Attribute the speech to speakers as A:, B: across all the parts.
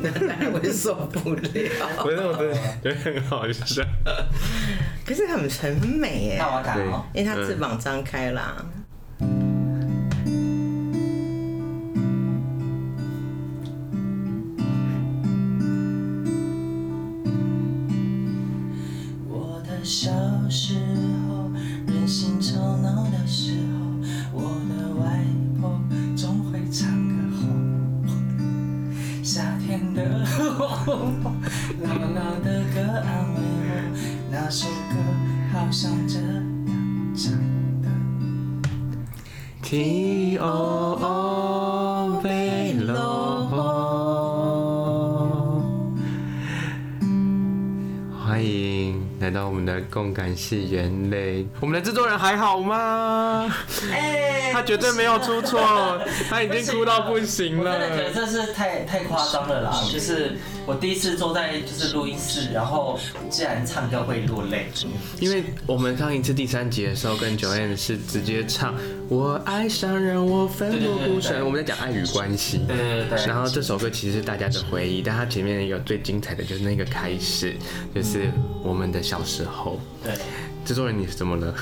A: 受不了。
B: 不是，我真的觉得很好笑。
A: 可是很很美耶
C: 那，我要打哦。
A: 因为它翅膀张开啦。
D: 我的小时候，任性吵闹的时候，我的外婆总会唱个红红，夏天的红红，姥姥的歌安慰我，那首歌好像这样唱的。
B: T O O V E L O，欢迎来到我们的共感系人类。我们的制作人还好吗？
C: 哎
B: 他绝对没有出错，他已经哭到不行
C: 我真
B: 了
C: 的。觉得这是太太夸张了啦！就是我第一次坐在就是录音室，然后竟然唱歌会落泪。
B: 因为我们上一次第三集的时候，跟 Joanne 是直接唱“我爱上让我奋不顾
C: 对对对
B: 身”，
C: 对
B: 我们在讲爱与关系。
C: 对对对
B: 然后这首歌其实是大家的回忆，但它前面有最精彩的就是那个开始，就是我们的小时候。
C: 对，
B: 制作人，你怎么了？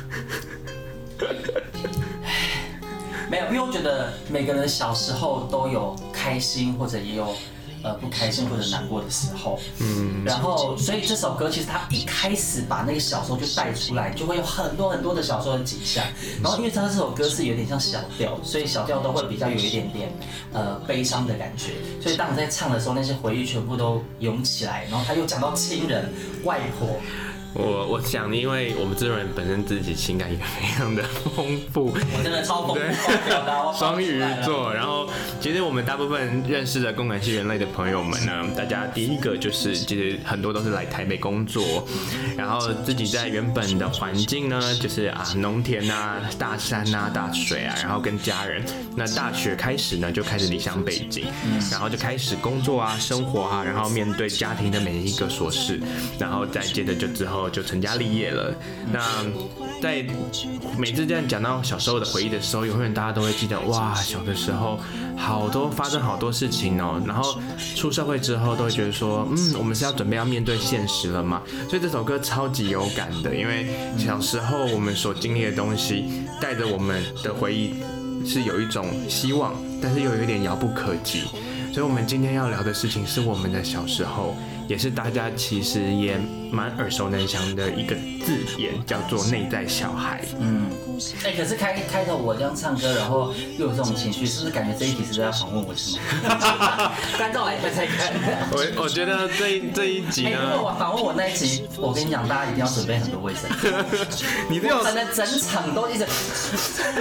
C: 没有，因为我觉得每个人小时候都有开心，或者也有呃不开心或者难过的时候。嗯。然后，所以这首歌其实它一开始把那个小时候就带出来，就会有很多很多的小时候的景象。
B: 嗯
C: 然后，因为它这首歌是有点像小调，所以小调都会比较有一点点呃悲伤的感觉。所以当你在唱的时候，那些回忆全部都涌起来。然后他又讲到亲人、外婆，
B: 我我想，因为我们制作人本身自己情感也非常的丰富，
C: 我真的超崩
B: 对
C: 溃爆掉的啊，我爆出来
B: 哦双鱼
C: 了
B: 座，然后其实我们大部分认识的共感系人类的朋友们呢，大家第一个就是其实很多都是来台北工作，然后自己在原本的环境呢，就是啊农田啊、大山啊、大水啊，然后跟家人。那大学开始呢，就开始离乡背井，然后就开始工作啊、生活啊，然后面对家庭的每一个琐事，然后再接着就之后就成家立业了。那在每次这样讲到小时候的回忆的时候，永远大家都会记得，哇，小的时候好多发生好多事情哦。然后出社会之后，都会觉得说，嗯，我们是要准备要面对现实了嘛。所以这首歌超级有感的，因为小时候我们所经历的东西，带着我们的回忆，是有一种希望，但是又有一点遥不可及。所以我们今天要聊的事情是我们的小时候，也是大家其实也蛮耳熟能详的一个字眼，叫做内在小孩。
C: 哎、可是开开头我这样唱歌，然后又有这种情绪，是不是感觉这一题是在访问我什么？观众来猜猜看。
B: 我我觉得这一这一集
C: 哎、如果
B: 呢，
C: 我访问我那一集，我跟你讲，大家一定要准备很多卫生纸，
B: 你这种
C: 真的整场都一直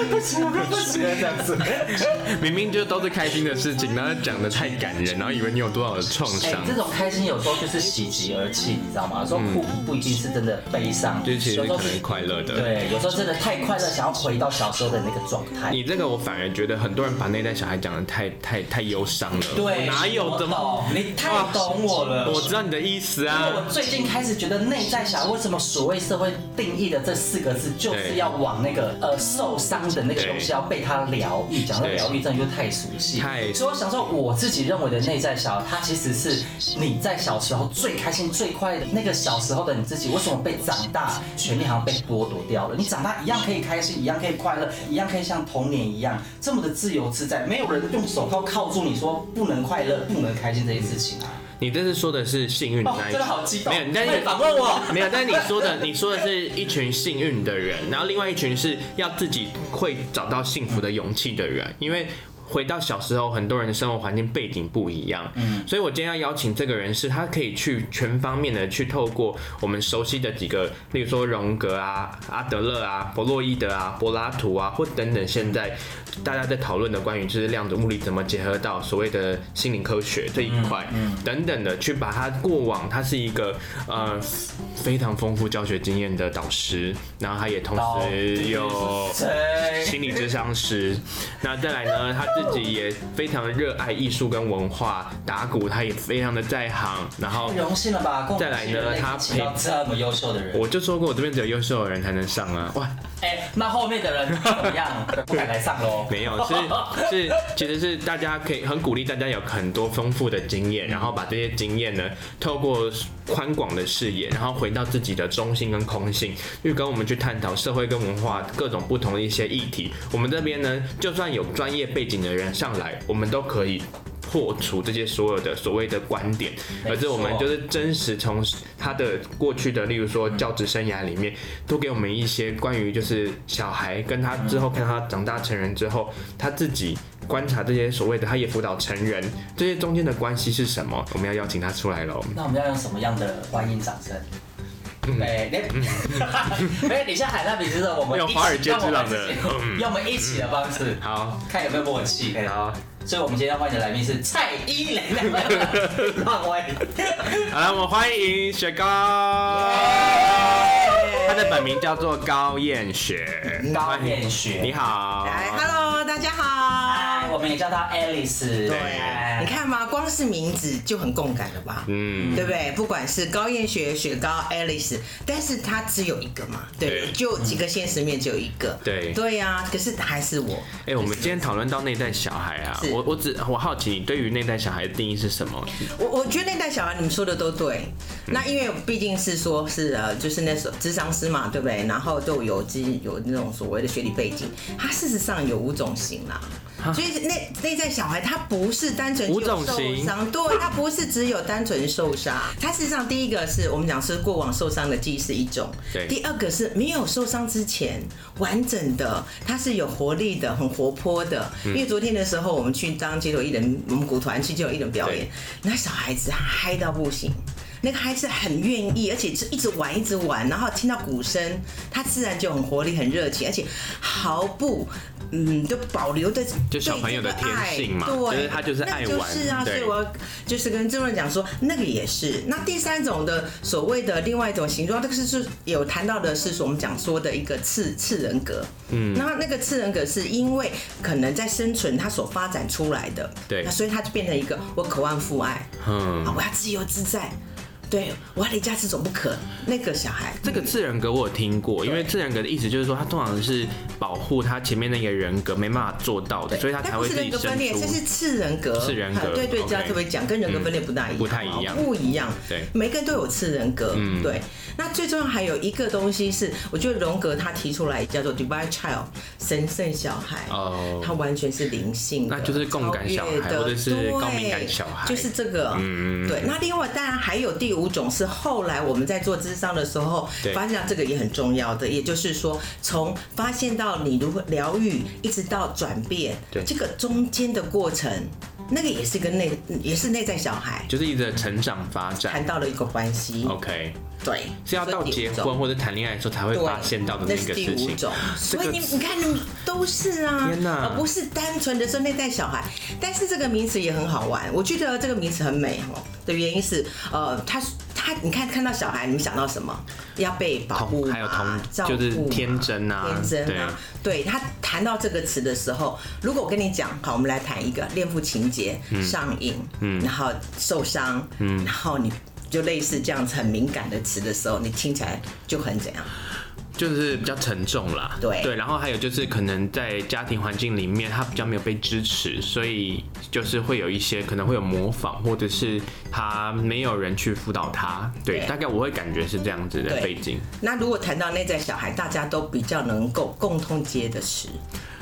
C: 不行不行这样子。
B: 明明就都是开心的事情，然后讲的太感人，然后以为你有多少的创
C: 哎、
B: 伤
C: 这，种开心有时候就是喜极而泣，你知道吗？有时候哭不一定是真的悲伤，
B: 就其实
C: 有时候
B: 可能快乐的。
C: 对，有时候真的太快乐，想要回到小时候的那个状态。
B: 你这个我反而觉得很多人把内在小孩讲的太太太忧伤了，
C: 对，
B: 我哪有
C: 我
B: 这么？
C: 懂？你太懂我了。
B: 我知道你的意思
C: 因为
B: 啊
C: 我，最近开始觉得内在小孩为什么所谓社会定义的这四个字，就是要往那个呃受伤的那个东西
B: 对
C: 要被他疗愈。讲到
B: 对
C: 疗愈，真的就太熟悉。
B: 太
C: 所以我想说，我自己认为的内在小孩，他其实是你在小时候最开心、最快乐的那个小时候的你自己，为什么被长大权利好像被剥夺掉了？你长大一样可以开心，一样可以快乐，一样可以像童年一样这么的自由自在，没有人用手铐铐住你说不能快乐、不能开心这些事情啊。
B: 你这是说的是幸运的
C: 哦
B: 那一，
C: 真的好激动！
B: 没有，但
C: 快
B: 是
C: 点访问 我。
B: 没有，但是你说的，你说的是一群幸运的人，然后另外一群是要自己会找到幸福的勇气的人，因为。回到小时候，很多人的生活环境背景不一样，嗯，所以我今天要邀请这个人，是他可以去全方面的去透过我们熟悉的几个，例如说荣格啊、阿德勒啊、弗洛伊德啊、柏拉图啊，或等等，现在大家在讨论的关于就是量子物理怎么结合到所谓的心灵科学这一块，等等的，去把他过往，他是一个呃非常丰富教学经验的导师，然后他也同时有
C: 谁？
B: 心理智商师。那再来呢，他自己也非常热爱艺术跟文化，打鼓他也非常的在行。然后
C: 太荣幸了吧？
B: 再来呢
C: 跟我们人类
B: 他
C: 可以请到这么优秀的人，
B: 我就说过，我这边只有优秀的人才能上啊！哇，
C: 哎、那后面的人 怎么样？不敢来上喽？
B: 没有，是是，其实是大家可以很鼓励大家有很多丰富的经验，然后把这些经验呢，透过宽广的视野，然后回到自己的中性跟空性，去跟我们去探讨社会跟文化各种不同的一些议题。我们这边呢，就算有专业背景的人上来，我们都可以。破除这些所有的所谓的观点，
C: 没错
B: 而是我们就是真实从他的过去的，例如说教职生涯里面，多给我们一些关于就是小孩跟他之后看他长大成人之后，他自己观察这些所谓的，他也辅导成人这些中间的关系是什么，我们要邀请他出来喽。
C: 那我们要用什么样的欢迎掌声？
B: 嗯
C: 对，你 没有，你像海浪比斯的，我们
B: 用
C: 一
B: 嗯
C: 起
B: 华尔街之狼的嗯
C: 让我 们 自己用我们一起的方式，
B: 好，
C: 看有没有默契。哎
B: 好，
C: 所以，我们今天要欢迎的来宾是蔡依林， 让我
B: 好了，我们欢迎雪糕，他的本名叫做高艳雪，
C: 高艳雪哎
B: 你好，
A: 来，Hello，大哎家
C: 嗨，
A: 好。
C: 我们也叫她 Alice。哎
A: 对，你看嘛，光是名字就很共感了吧？
B: 嗯，
A: 对不对？不管是高艳雪、雪糕、Alice，但是它只有一个嘛，对，
B: 对嗯
A: 就几个现实面只有一个，
B: 对
A: 对呀、可是还是我，
B: 哎、我们今天讨论到内在小孩啊
A: 是，
B: 我我只我好奇你对于内在小孩的定义是什么？
A: 我我觉得那代小孩你们说的都对，那因为毕竟是说是呃，就是那时候智商师嘛，对不对？然后都有基有那种所谓的学历背景，他事实上有五种型啦。所以内内在小孩他不是单纯
B: 五
A: 只有
B: 种
A: 受
B: 型
A: 伤，对，他不是只有单纯受伤。他事实上第一个是我们讲是过往受伤的记忆是一种，
B: 对
A: 第二个是没有受伤之前完整的，他是有活力的，很活泼的。因为昨天的时候我们去当街头艺人，我们舞团去街头艺人表演
B: 对，
A: 那小孩子嗨到不行。那个孩子很愿意，而且是一直玩，一直玩，然后听到鼓声，他自然就很活力、很热情，而且毫不，嗯，就保留的
B: 就小朋友的天性嘛
A: 对这个爱
B: 就是他就是
A: 对
B: 爱
A: 那就
B: 玩
A: 是啊，所
B: 对
A: 以我要就是跟郑润讲说，那个也是。那第三种的所谓的另外一种形状，这个是是有谈到的是我们讲说的一个次次人格。嗯，那那个次人格是因为可能在生存它所发展出来的，
B: 对
A: 那所以它就变成一个我渴望父爱，
B: 嗯
A: 啊，我要自由自在，对我要离家出走不可。那个小孩，
B: 这个次人格我有听过，因为次人格的意思就是说，他通常是保护他前面那个人格没办法做到的，所以他
A: 但
B: 才
A: 不
B: 会
A: 是
B: 自
A: 人
B: 己
A: 格分裂，
B: 生
A: 这是
B: 出。
A: 次人格，
B: 次人格
A: 啊对对，
B: OK
A: 这要特别讲，跟人格分裂不大一样，
B: 不太一样
A: 哦不一样，
B: 对
A: 每个人都有次人格，
B: 嗯
A: 对。那最重要还有一个东西是，我觉得荣格他提出来叫做 divine child，神圣小孩，
B: 哦
A: 他完全是灵性的，
B: 那就是共感小孩
A: 超越的
B: 或者是高敏感
A: 对
B: 小孩
A: 就是这个，
B: 嗯
A: 对。那另外当然还有第五种是后来我们在做智商的时候
B: 对
A: 发现到这个也很重要的，也就是说从发现到你如何疗愈，一直到转变，
B: 对
A: 这个中间的过程，那个也是跟内也是内在小孩
B: 就是一直成长发展
A: 谈。到了一个关系，
B: OK，
A: 对，
B: 哦是要到
A: 所以第
B: 结
A: 五种
B: 婚或者谈恋爱的时候才会
A: 对
B: 发现到的
A: 那
B: 个
A: 是第
B: 事
A: 五
B: 情。
A: 种，
B: 这
A: 所
B: 个
A: 以你你看，你都是啊，
B: 天哪
A: 而不是单纯的说内在小孩。但是这个名词也很好玩，我觉得这个名词很美哦。的原因是，呃，他他，你看看到小孩，你们想到什么？要被保护
B: 同
A: 嘛，
B: 还有同
A: 照顾
B: 就
A: 嘛
B: 是天真啊，
A: 天真啊，对他谈到这个词的时候，如果我跟你讲，好，我们来谈一个恋父情节、上瘾，嗯，然后受伤，嗯，然后你就类似这样子很敏感的词的时候，你听起来就很怎样？
B: 就是比较沉重啦，
A: 对
B: 对，然后还有就是可能在家庭环境里面，他比较没有被支持，所以就是会有一些可能会有模仿，或者是他没有人去辅导他，对，
A: 对
B: 大概我会感觉是这样子的
A: 对
B: 背景，
A: 那如果谈到内在小孩，大家都比较能够共通接的词，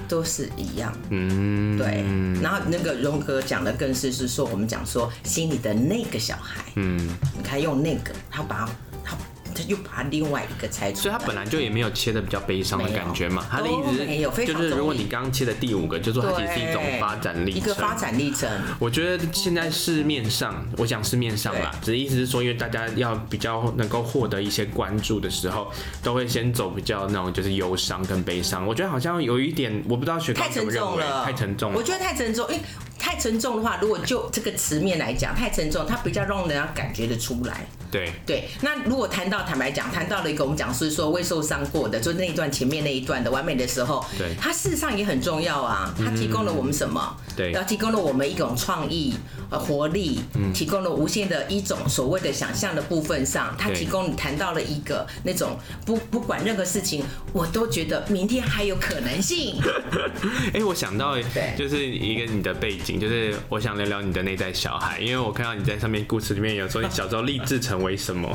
A: 都是一样。
B: 嗯，
A: 对，然后那个荣格讲的更是是说，我们讲说心里的那个小孩，
B: 嗯，
A: 你看用那个，他把他他又把他另外一个拆出
B: 所
A: 来，
B: 以他本来就也没有切的比较悲伤的感觉嘛，他
A: 没有
B: 的意思
A: 都没有
B: 是
A: 非
B: 就
A: 常
B: 是如
A: 中
B: 果
A: 立
B: 你刚切的第五个，就说它其实是一种
A: 对
B: 发展历程，
A: 一个发展历程，
B: 我觉得现在市面上，我讲市面上啦，只是意思是说，因为大家要比较能够获得一些关注的时候，都会先走比较那种就是忧伤跟悲伤。我觉得好像有一点，我不知道学
A: 太
B: 高怎
A: 沉
B: 么认
A: 重
B: 为，
A: 了，
B: 太沉重了。
A: 我觉得太沉重，因为太沉重的话，如果就这个词面来讲，太沉重，它比较让人家感觉得出来。
B: 对，
A: 对，那如果谈到坦白讲，谈到了一个我们讲是说未受伤过的，就那一段前面那一段的完美的时候，
B: 对嗯
A: 它事实上也很重要啊，它提供了我们什么？
B: 对
A: 要提供了我们一种创意、呃活力，
B: 嗯
A: 提供了无限的一种所谓的想象的部分上，它
B: 对
A: 提供你谈到了一个那种不不管任何事情，我都觉得明天还有可能 性。
B: 哎、我想到
A: 对
B: 就是一个你的背景，就是我想聊聊你的内在小孩，因为我看到你在上面故事里面有说你小时候立志成为 什么，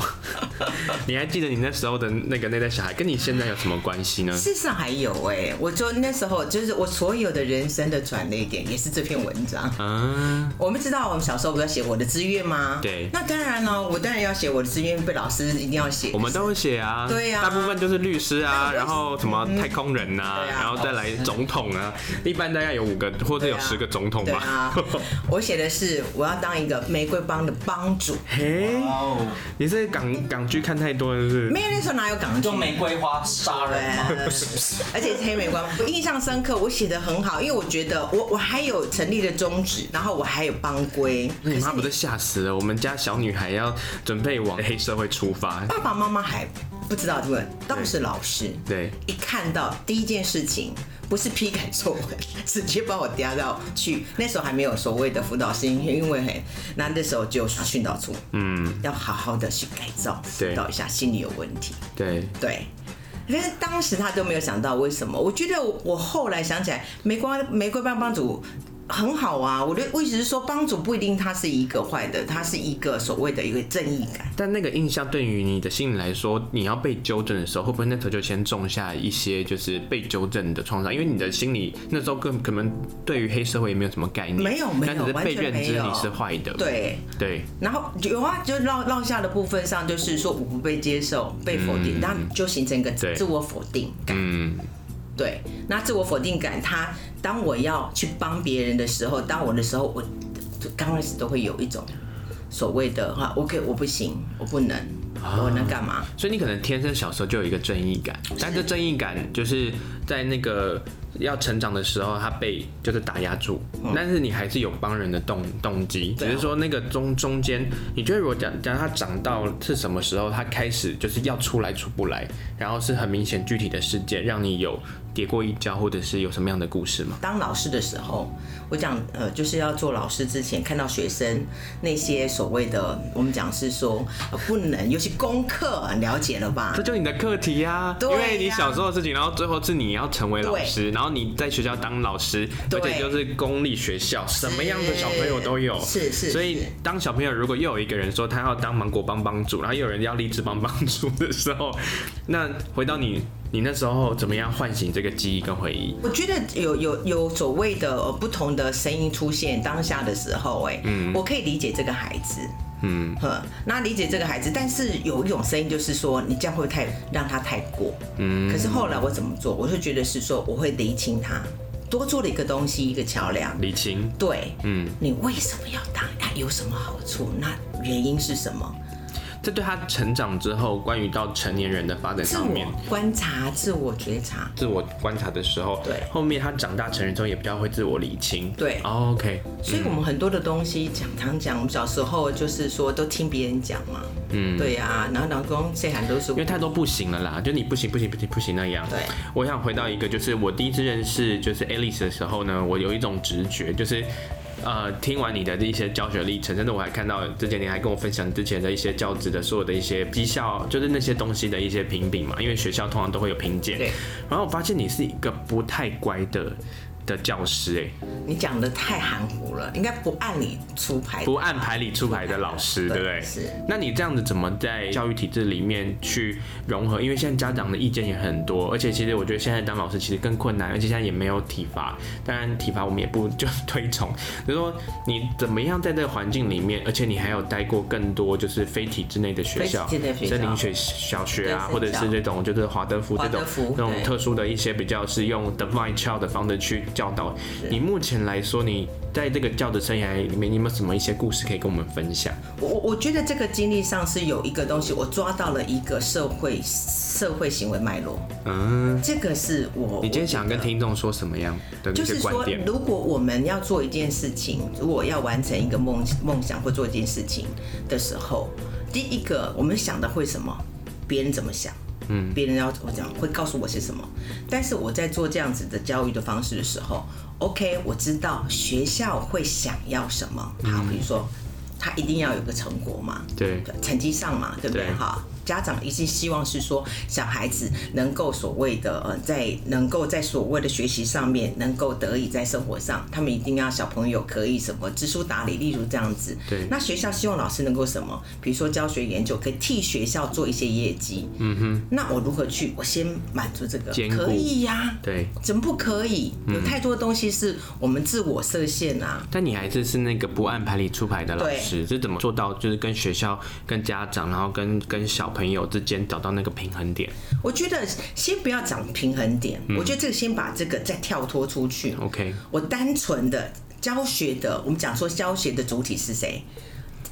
B: 你还记得你那时候的那个内在小孩跟你现在有什么关系呢？
A: 事实上还有哎、我就那时候就是我所有的人生的转捩点，也是这篇文章。
B: 嗯，
A: 我们知道我们小时候不是要写我的志愿吗？
B: 对
A: 那当然了，我当然要写我的志愿，被老师一定要写。
B: 我们都会写啊，
A: 对呀
B: 大部分就是律师
A: 那
B: 啊，
A: 我
B: 然后什么太空人呐、
A: 嗯对啊
B: 然后再来总统 啊，一般大概有五个或者有
A: 对啊
B: 十个总统
A: 对
B: 吧。
A: 啊， 我写的是我要当一个玫瑰帮的帮主。
B: 嘿，
C: 哦，
B: 你是港港剧看太多了是不是？哎
A: 没有那时候哪有港剧
C: 用？玫瑰花杀
A: 对
C: 人吗？
A: 而且是黑玫瑰，我印象深刻，我写的很好，因为我觉得我我还有成立的宗旨，然后我还有帮规。
B: 那你妈不是吓死了？我们家小女孩要准备往 黑社会出发。
A: 爸爸妈妈还不知道这个，倒是老师
B: 对，
A: 一看到第一件事情，不是批改作文，直接把我调到去。那时候还没有所谓的辅导室，因为很那那时候就训导处，
B: 嗯，
A: 要好好的去改造，辅
B: 对
A: 导一下心理有问题。
B: 对，
A: 对。但是当时他都没有想到为什么，我觉得我后来想起来，玫瑰玫瑰帮帮主很好啊。我的我一直是说，帮主不一定他是一个坏的，他是一个所谓的一个正义感。
B: 但那个印象对于你的心理来说，你要被纠正的时候，会不会那时候就先种下一些就是被纠正的创伤？因为你的心理那时候更可能对于黑社会也没有什么概念，
A: 没有没有
B: 但只是被认知你是坏的，
A: 对，
B: 对
A: 然后有啊，就落落下的部分上，就是说我不被接受、被否
B: 嗯
A: 定，那、就形成一个
B: 对
A: 自我否定感。
B: 嗯，
A: 对，那自我否定感，它当我要去帮别人的时候，当我的时候，我就刚开始都会有一种所谓的哈，OK，我不行，我不能，我能干嘛？
B: 所以你可能天生小时候就有一个正义感，但这正义感就是在那个要成长的时候，它被就是打压住，但是你还是有帮人的动动机，只
A: 嗯对啊
B: 是说那个中中间，你觉得如果讲讲他长到是什么时候，他开始就是要出来出不来，然后是很明显具体的事件，让你有跌过一跤，或者是有什么样的故事吗？
A: 当老师的时候，我讲呃，就是要做老师之前，看到学生那些所谓的，我们讲是说、呃不能，尤其功课，了解了吧？
B: 这就是你的课题呀、
A: 对
B: 因
A: 呀
B: 为你小时候的事情，然后最后是你要成为老师，然后你在学校当老师，而
A: 对
B: 且就是公立学校，什么样的小朋友都有，
A: 是是
B: 所以
A: 是
B: 当小朋友如果又有一个人说他要当芒果帮帮主，然后又有人要励志帮帮主的时候， 那回到你，你那时候怎么样唤醒这个记忆跟回忆？
A: 我觉得有有有所谓的呃不同的声音出现当下的时候、哎，我可以理解这个孩子，嗯，呵，那理解这个孩子，但是有一种声音就是说，你这样会不会太让他太过？嗯，可是后来我怎么做？我就觉得是说，我会厘清他，多做了一个东西，一个桥梁。
B: 李晴，
A: 对，
B: 嗯，
A: 你为什么要当？它有什么好处？那原因是什么？
B: 这对他成长之后，关于到成年人的发展
A: 自
B: 上面
A: 我。观察，自我觉察。
B: 自我观察的时候，
A: 对
B: 后面他长大成人之后也比较会自我理清，
A: 对
B: 哦，OK，
A: 所以我们很多的东西讲常讲，我们小时候就是说都听别人讲嘛，嗯，对呀、然后老公这喊都是
B: 因为太多不行了啦，就你不行不行不行不行那样。
A: 对，
B: 我想回到一个，就是我第一次认识就是 Alice 的时候呢，我有一种直觉，就是。呃，听完你的一些教学历程，甚至我还看到之前你还跟我分享之前的一些教职的所有的一些绩效，就是那些东西的一些评比嘛，因为学校通常都会有评鉴。
A: 对。
B: 然后我发现你是一个不太乖的的教师、欸，
A: 你讲的太含糊了，应该不按理出牌，
B: 不按牌理出牌的老师，
A: 对
B: 对不对？
A: 是。
B: 那你这样子怎么在教育体制里面去融合？因为现在家长的意见也很多，而且其实我觉得现在当老师其实更困难，而且现在也没有体罚，当然体罚我们也不就推崇。就是说你怎么样在这个环境里面，而且你还有待过更多就是非体制内的学校，
A: 非体制内学校
B: 森林学小学啊，
A: 对
B: 或者是这种就是华德福这
A: 华德
B: 种
A: 福
B: 那种
A: 对
B: 特殊的一些比较是用 divine child 的方式去教导。你目前来说，你在这个教的生涯里面，你有没有什么一些故事可以跟我们分享？
A: 我我我觉得这个经历上是有一个东西，我抓到了一个社会社会行为脉络，
B: 嗯，
A: 这个是我
B: 你今天想跟
A: 我觉得
B: 听众说什么样的一
A: 就
B: 些
A: 是
B: 观
A: 说
B: 点，？
A: 如果我们要做一件事情，如果要完成一个梦梦想或做一件事情的时候，第一个我们想的会什么，别人怎么想，嗯，别人要怎么讲，会告诉我些什么。但是我在做这样子的教育的方式的时候，OK，我知道学校会想要什么，好，
B: 嗯
A: 比如说他一定要有个成果嘛，
B: 对
A: 成绩上嘛，对不对
B: 对？
A: 哈，家长一定希望是说小孩子能够所谓的呃，在能够在所谓的学习上面能够得以在生活上，他们一定要小朋友可以什么知书达理，例如这样子。
B: 对
A: 那学校希望老师能够什么？比如说教学研究，可以替学校做一些业绩。嗯哼。那我如何去？我先满足这个
B: 兼，顾嗯
A: 可以呀、
B: 对。
A: 怎么不可以？有太多东西是我们自我设限啊。
B: 但你还是是那个不按牌理出牌的老师，是怎么做到？就是跟学校、跟家长，然后跟跟小朋友之间找到那个平衡点。
A: 我觉得先不要讲平衡点，我觉得这个先把这个再跳脱出去。
B: OK，
A: 我单纯的教学的，我们讲说教学的主体是谁？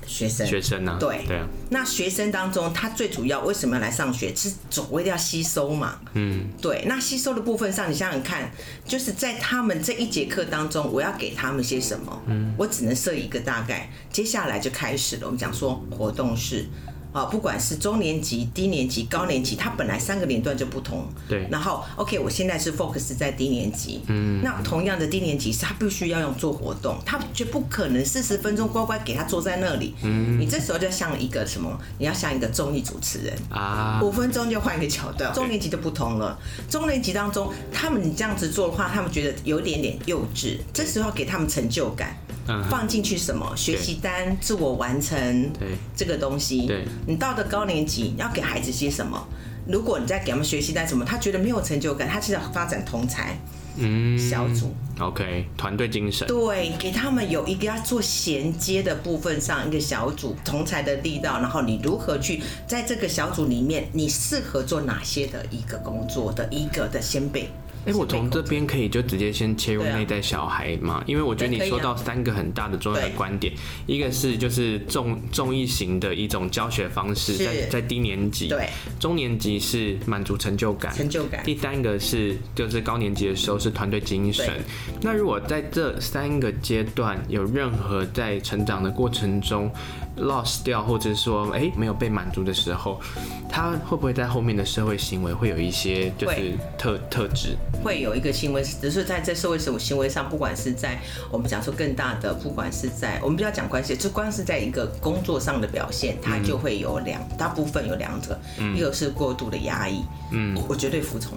A: 学生。
B: 学生呢、啊？
A: 对
B: 对啊，
A: 那学生当中，他最主要为什么要来上学？是所谓的要吸收嘛。嗯，对。那吸收的部分上，你想想看，就是在他们这一节课当中，我要给他们些什么？嗯，我只能设一个大概。接下来就开始了，我们讲说活动式。啊，不管是中年级、低年级、高年级，它本来三个年段就不同。
B: 对
A: 然后，OK，我现在是 focus 在低年级。嗯。那同样的低年级，是他必须要用做活动，他绝不可能四十分钟乖乖给他坐在那里。嗯。你这时候就像一个什么？你要像一个综艺主持人。
B: 啊，
A: 五分钟就换一个桥段，中年级就不同了。中年级当中，他们你这样子做的话，他们觉得有点点幼稚。这时候给他们成就感，
B: 嗯哼
A: 放进去什么学习单、自我完成，
B: 对
A: 这个东西。
B: 对
A: 你到了高年级，你要给孩子些什么？如果你再给他们学习单什么，他觉得没有成就感，他其实要发展同才
B: 嗯
A: 小组。
B: ，OK，团队精神，
A: 对，给他们有一个要做衔接的部分上一个小组同才的力道，然后你如何去在这个小组里面，你适合做哪些的一个工作的一个的先辈。
B: 哎、我从这边可以就直接先切入
A: 对啊
B: 内在小孩嘛，因为我觉得你
A: 对可以啊
B: 说到三个很大的重要的
A: 对
B: 观点，一个是就是重重义型的一种教学方式，
A: 是
B: 在在低年级，
A: 对，
B: 中年级是满足成就感，
A: 成就感
B: 第三个是就是高年级的时候是团队精神
A: 对。
B: 那如果在这三个阶段有任何在成长的过程中 lost 掉，或者说哎、没有被满足的时候，他会不会在后面的社会行为会有一些就是
A: 会
B: 特特质？
A: 会有一个行为，只是在这社会什么行为上，不管是在我们讲说更大的，不管是在我们不要讲关系，就光是在一个工作上的表现，它就会有两大部分有两者，
B: 嗯
A: 一个是过度的压抑，嗯，我绝对服从，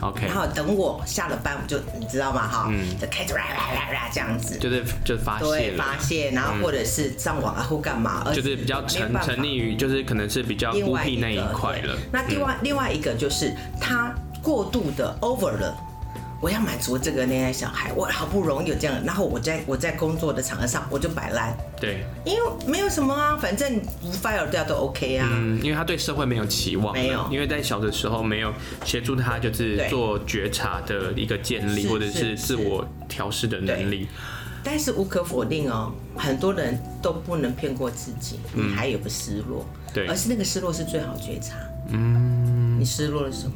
B: OK，
A: 然后等我下了班，我就你知道吗？哈，就开始啦啦啦啦这样子，
B: 嗯就是就发泄
A: 对，
B: 了嗯
A: 发。泄，然后或者是上网啊或干嘛，而
B: 就是比较
A: 没有
B: 沉
A: 办法
B: 沉溺于，就是可能是比较
A: 另
B: 孤
A: 外
B: 僻
A: 一
B: 那一
A: 个
B: 块
A: 对
B: 了。嗯
A: 那另外、另外一个就是他过度的 over 了。我要满足这个恋爱小孩，我好不容易有这样，然后我在我在工作的场合上我就摆烂，
B: 对，
A: 因为没有什么啊，反正你 fire 掉都 OK 啊。
B: 嗯，因为他对社会没有期望了，啊
A: 没有
B: 因为在小的时候没有协助他，就是
A: 对
B: 做觉察的一个建立，
A: 是
B: 或者
A: 是
B: 是自我调试的能力。
A: 但是无可否定哦，很多人都不能骗过自己，
B: 嗯
A: 你还有个失落，
B: 对
A: 而是那个失落是最好觉察。嗯，你失落了什么？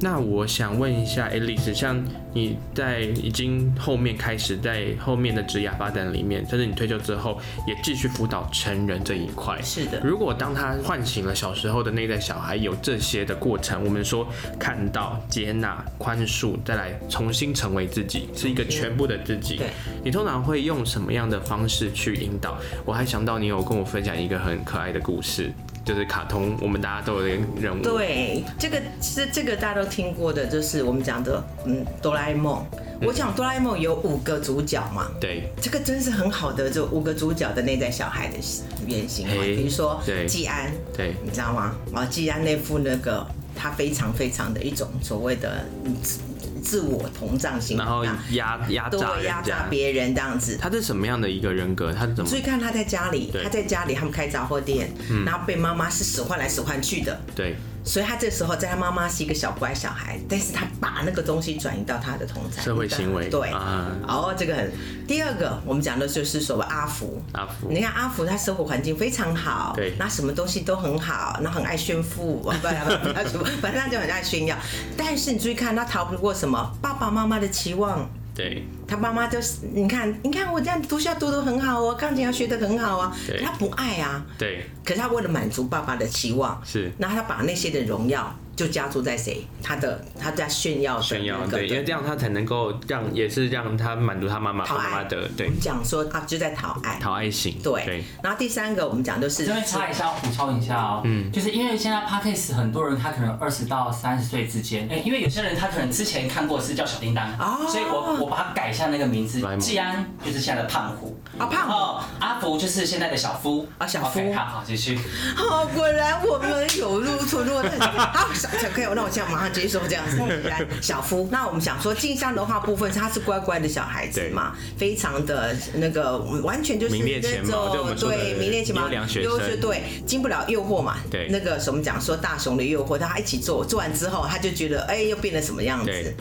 B: 那我想问一下 Alice，像你在已经后面开始在后面的职涯发展里面，甚至你退休之后也继续辅导成人这一块，
A: 是的
B: 如果当他唤醒了小时候的内在小孩有这些的过程，我们说看到、接纳、宽恕，再来重新成为自己，是一个全部的自己。
A: 对
B: 你通常会用什么样的方式去引导？我还想到你有跟我分享一个很可爱的故事。就是卡通，我们大家都有这个人物，
A: 对，这个这这个大家都听过的，就是我们讲的，嗯，哆啦 A 梦。
B: 嗯
A: 我讲哆啦 A 梦有五个主角嘛，
B: 对
A: 这个真是很好的，这五个主角的内在小孩的原型嘛，
B: 嘿
A: 比如说
B: 对
A: 季安，
B: 对
A: 你知道吗？啊，季安那副那个，他非常非常的一种所谓的嗯自自我膨胀型，
B: 然后
A: 啊
B: 压压
A: 都
B: 榨
A: 会
B: 人
A: 压榨
B: 家。
A: 别人这样子。
B: 他是什么样的一个人格？他是怎么
A: 所？以看他在家里
B: 对，嗯
A: 他在家里他们开杂货店，然后被妈妈是使唤来使唤去的，
B: 对，
A: 所以他这时候在他妈妈是一个小乖小孩，但是他把那个东西转移到他的同才
B: 社会行为
A: 对，
B: 啊
A: 哦，这个很。第二个我们讲的就是所谓阿福，
B: 阿福
A: 你看阿福他生活环境非常好，
B: 对
A: 那什么东西都很好，那很爱炫富， 不不不不要炫富，反正他就很爱炫耀。但是你注意看，他逃不过什么爸爸妈妈的期望。
B: 对
A: 他爸妈就是你看，你看我这样读校读得很好哦，钢琴要学得很好啊，
B: 对
A: 可他不爱啊，
B: 对，
A: 可是他为了满足爸爸的期望，
B: 是
A: 那他把那些的荣耀就加注在谁？他的他在炫耀的
B: 炫耀
A: 那个
B: 对，因为这样他才能够让，也是让他满足他妈妈
A: 讨
B: 爸
A: 爱
B: 妈的对
A: 讲说他就在讨爱，
B: 讨爱心，
A: 对。然后第三个我们讲就是
C: 这边插一下，我补充一下哦，嗯，就是因为现在 podcast 很多人他可能二十到三十岁之间，哎、因为有些人他可能之前看过是叫小叮当，
A: 哦
C: 所以我我把它改一下那个名字
B: 莱，蒙
C: 季安就是现在的胖虎，
A: 啊胖虎
C: 然后阿福就是现在的小夫，
A: 啊小夫
C: o k 好好继续，
A: 哦，果然我们有路出路。 好，小小朋友，那我现在马上接受这样子。来，小夫，那我们想说静香的话部分，他是乖乖的小孩子嘛，非常的那个，完全就是
B: 名列前茅对
A: 那
B: 我们说
A: 种
B: 的
A: 对名列前茅，
B: 优良学生
A: 对，经不了诱惑嘛。
B: 对
A: 那个什么讲说大熊的诱惑，他一起做，做完之后他就觉得，哎，又变得什么样子
B: 对？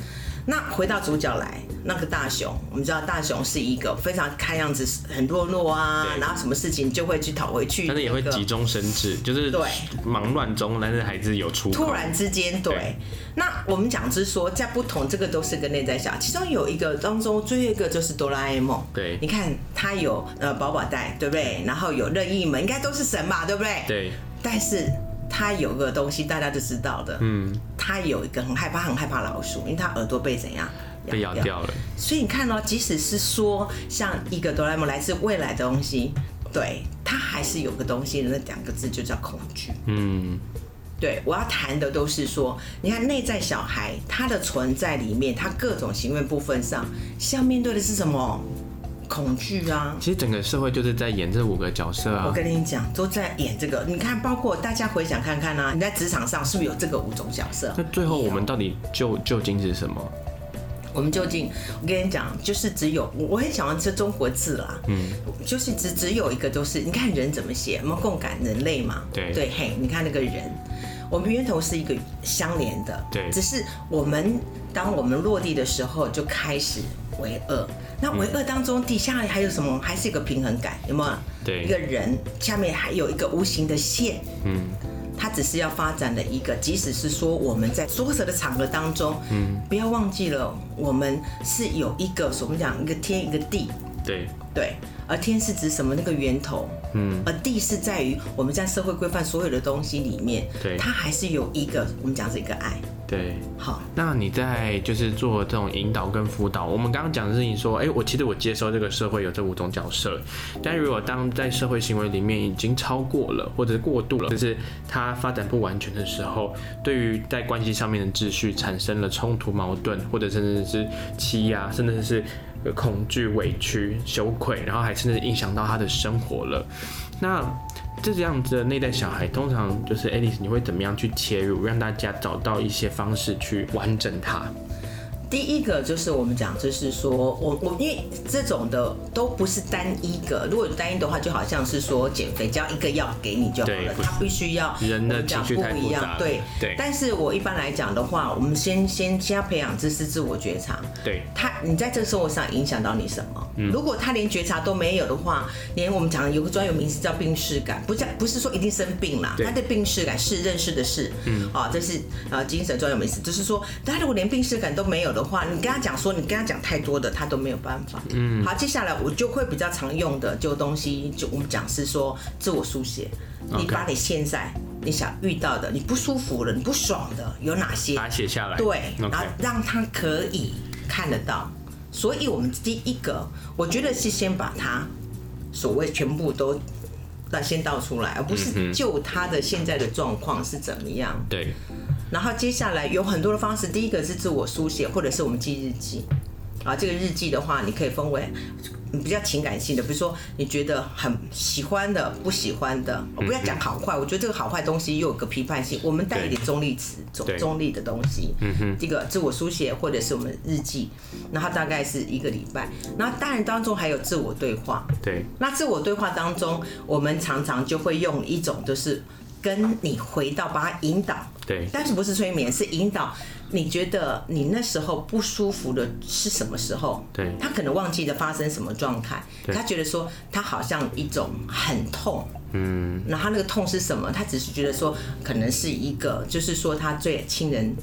A: 那回到主角来，那个大熊，我们知道大熊是一个非常看样子很懦弱啊，
B: 对
A: 然后什么事情就会去讨回去，
B: 但是也会
A: 那个
B: 急中生智，就是
A: 对
B: 忙乱中，但是还是有出口。
A: 突然之间，对。
B: 对
A: 那我们讲是说，在不同这个都是个内在小孩，其中有一个当中最后一个就是哆啦 A 梦。
B: 对
A: 你看他有呃宝宝袋，对不对？然后有任意门，应该都是神吧，对不对？。
B: 对，
A: 但是他有个东西大家都知道的，
B: 嗯，
A: 他有一个很害怕、很害怕老鼠，因为他耳朵被怎样
B: 被咬掉了，
A: 所以你看哦，即使是说像一个哆啦 A 梦来自未来的东西，对，它还是有个东西，那两个字就叫恐惧。
B: 嗯，
A: 对，我要谈的都是说，你看内在小孩他的存在里面，他各种行为部分上，是要面对的是什么？恐惧啊！
B: 其实整个社会就是在演这五个角色
A: 我
B: 啊，
A: 跟你讲，都在演这个。你看，包括大家回想看看啊，你在职场上是不是有这个五种角色
B: 那？最后我们到底究究竟是什么？
A: 我们究竟，我跟你讲，就是只有我我很喜欢吃中国字啦，嗯，就是只只有一个，就是你看人怎么写，我们共感人类嘛，
B: 对
A: 对，嘿，你看那个人，我们源头是一个相连的，
B: 对
A: 只是我们当我们落地的时候就开始为恶，那为恶当中底下还有什么？还是一个平衡感，有没有？啊
B: 对
A: 一个人下面还有一个无形的线，它只是要发展的一个，即使是说我们在缩小的场合当中，嗯，不要忘记了，我们是有一个所我们讲一个天一个地，
B: 对，
A: 对，而天是指什么那个源头，嗯，而地是在于我们在社会规范所有的东西里面，
B: 对
A: 它还是有一个我们讲是一个爱，
B: 对。
A: 好，
B: 那你在就是做这种引导跟辅导，我们刚刚讲的事情说，哎、我其实我接受这个社会有这五种角色，但如果当在社会行为里面已经超过了或者是过度了，就是它发展不完全的时候，对于在关系上面的秩序产生了冲突、矛盾，或者甚至是欺压，甚至是呃恐惧、委屈、羞愧，然后还甚至影响到他的生活了。那这样子的内在小孩，通常就是 Alice，你会怎么样去切入，让大家找到一些方式去完整它？
A: 第一个就是我们讲，就是说我我因为这种的都不是单一个，如果有单一的话，就好像是说减肥，只要一个药给你就好
B: 对
A: 了，
B: 不
A: 它必须要
B: 人的
A: 我们讲
B: 情绪太
A: 不一
B: 复杂
A: 样
B: 了，
A: 对
B: 对
A: 但是我一般来讲的话，我们先先先要培养知识自我觉察，
B: 对
A: 他你在这个生活上影响到你什么？如果他连觉察都没有的话，连我们讲的有个专有名词叫病视感，不叫不是说一定生病啦，
B: 对
A: 他的病视感是认识的是，嗯，啊、这是呃精神专有名词，就是说他如果连病视感都没有的话，你跟他讲说你跟他讲太多的，他都没有办法。嗯，好，接下来我就会比较常用的就东西，就我们讲是说自我书写，你
B: OK
A: 把你现在你想遇到的，你不舒服了，你不爽的有哪些？
B: 把它写下来。
A: 对，然后
B: ，OK，
A: 让他可以看得到。所以我们第一个，我觉得是先把它所谓全部都那先倒出来，而不
B: 嗯
A: 是就他的现在的状况是怎么样。
B: 对
A: 然后接下来有很多的方式，第一个是自我书写，或者是我们记日记。啊，这个日记的话，你可以分为嗯比较情感性的，比如说你觉得很喜欢的、不喜欢的，我不要讲好坏，我觉得这个好坏东西又有个批判性，我们带一点中立词、中
B: 对
A: 中立的东西。嗯哼，这个自我书写或者是我们日记，然后大概是一个礼拜，然后当然当中还有自我对话。
B: 对
A: 那自我对话当中，我们常常就会用一种就是跟你回到，把它引导。
B: 对
A: 但是不是催眠，是引导。你觉得你那时候不舒服的是什么时候？
B: 对
A: 他可能忘记了发生什么状态，
B: 对
A: 他觉得说他好像一种很痛，嗯，然后他那个痛是什么？他只是觉得说可能是一个，就是说他最亲人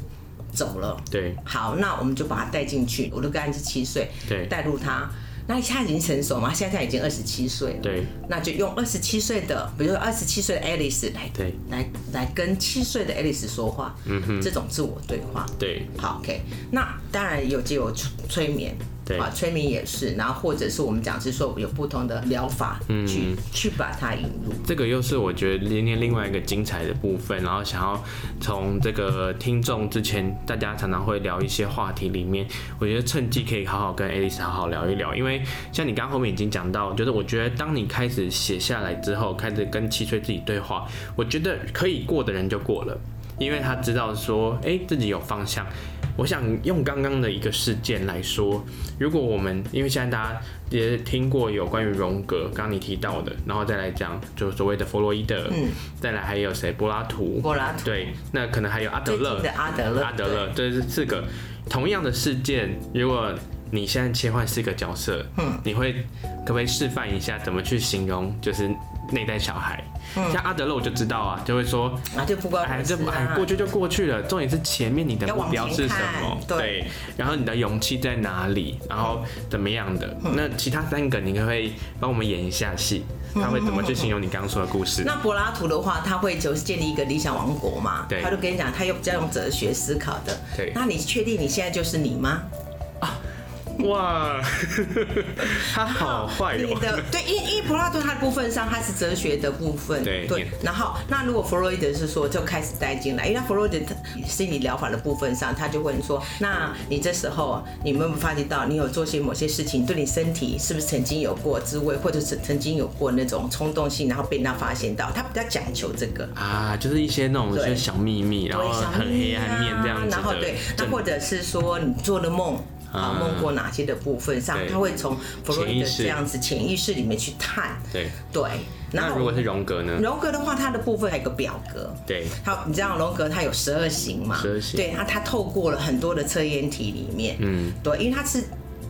A: 走了。
B: 对
A: 好，那我们就把他带进去。我的个案是七岁，
B: 对
A: 带入他。那他已经成熟嘛？现在已经二十七岁了，
B: 对，
A: 那就用二十七岁的，比如说二十七岁的 Alice 来，
B: 对，
A: 来来跟七岁的 Alice 说话，嗯哼，这种自我对话，
B: 对
A: 好，OK，那当然有就有催催眠，
B: 对
A: 啊，催眠也是，然后或者是我们讲是说有不同的疗法去、
B: 嗯
A: 去把它引入，
B: 这个又是我觉得今天另外一个精彩的部分，然后想要从这个听众之前大家常常会聊一些话题里面，我觉得趁机可以好好跟 Alice 好好聊一聊，因为像你刚刚后面已经讲到，就是我觉得当你开始写下来之后，开始跟七岁自己对话，我觉得可以过的人就过了，因为他知道说，哎、自己有方向。我想用刚刚的一个事件来说，如果我们因为现在大家也听过有关于荣格，刚刚你提到的，然后再来讲就所谓的弗洛伊德，
A: 嗯，
B: 再来还有谁柏拉图，
A: 柏拉图
B: 对，那可能还有阿德
A: 最
B: 勒
A: 近的阿德勒，
B: 阿德勒，这是四个同样的事件，如果你现在切换四个角色，
A: 嗯，
B: 你会可不可以示范一下怎么去形容就是内在小孩？像阿德勒我就知道啊，就会说
A: 对，啊，就不关
B: 哎，
A: 我
B: 这
A: 事
B: 哎
A: 嗯啊，
B: 过去就过去了，重点是前面你的
A: 要
B: 目
A: 往
B: 标
A: 前
B: 是什
A: 看
B: 么，
A: 对
B: 对，然后你的勇气在哪里，然后怎么样
A: 嗯
B: 的。那其他三个，你可不可以帮我们演一下戏？他会怎么去形容你刚刚说的故事？
A: 那柏拉图的话，他会就是建立一个理想王国嘛，
B: 对
A: 他就跟你讲，他又比较用哲学思考的，
B: 对
A: 那你确定你现在就是你吗？
B: 哇，他好坏
A: 你
B: 哦。
A: 的对，因因为柏拉图他的部分上，他是哲学的部分，
B: 对嗯
A: 然后，那如果弗洛伊德是说就开始带进来，因为他弗洛伊德他心理疗法的部分上，他就问说，那你这时候啊你有没有发觉到你有做些某些事情，对你身体是不是曾经有过滋味，或者是曾经有过那种冲动性，然后被人家发现到？他比较讲求这个。
B: 啊，就是一些那种就
A: 对
B: 是小秘密，然后
A: 对小
B: 很黑
A: 秘密啊
B: 暗面这样子
A: 然后
B: 的
A: 对，那
B: 正
A: 或者是说你做的梦。啊，
B: 啊
A: 梦过哪些的部分上
B: 对，
A: 他会从弗洛伊
B: 潜意
A: 德
B: 识
A: 这样子潜意识里面去探。
B: 对。
A: 对，然
B: 那
A: 后嗯
B: 如果是荣格呢？
A: 荣格的话，它的部分还有个表格。
B: 对
A: 好，你知道荣格它有十二型嘛？
B: 12型
A: 对，它它透过了很多的测验题里面，
B: 嗯，
A: 对，因为它是。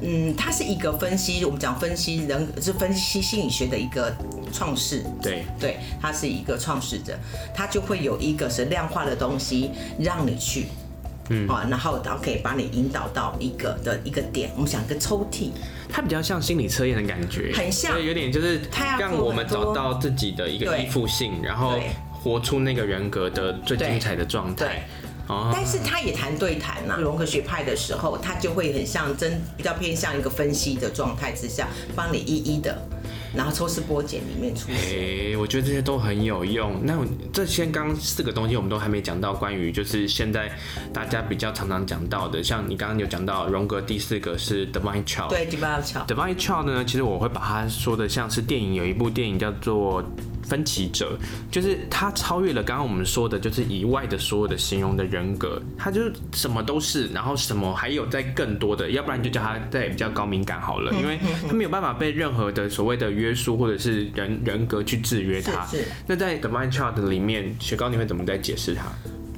A: 嗯，它是一个分析，我们讲分析人，是分析心理学的一个创世。
B: 对
A: 对，他是一个创始者，他就会有一个是量化的东西让你去，嗯，啊，然后然后可以把你引导到一个的一个点。我们想一个抽屉，
B: 它比较像心理测验的感觉，
A: 很像
B: 对有点就是
A: 它要
B: 让
A: 做
B: 我们
A: 很
B: 找
A: 多
B: 到自己的一个
A: 对
B: 依附性，然后
A: 对
B: 活出那个人格的最精彩的状态
A: 对。
B: 哦，
A: 但是他也谈对谈呐、荣格学派的时候，他就会很像真比较偏向一个分析的状态之下，帮你一一的，然后抽丝剥茧里面出现。
B: 诶、我觉得这些都很有用。那我这些刚刚四个东西，我们都还没讲到关于就是现在大家比较常常讲到的，像你刚刚有讲到荣格第四个是 Divine Child，
A: 对，第八巧，
B: Divine Child 呢，其实我会把它说的像是电影，有一部电影叫做。分歧者就是它超越了刚刚我们说的，就是以外的所有的形容的人格，它就是什么都是，然后什么还有在更多的，要不然就叫它再比较高敏感好了，因为它没有办法被任何的所谓的约束或者是人人格去制约它。
A: 是是
B: 那在 Divine Child 里面，雪糕你会怎么再解释它？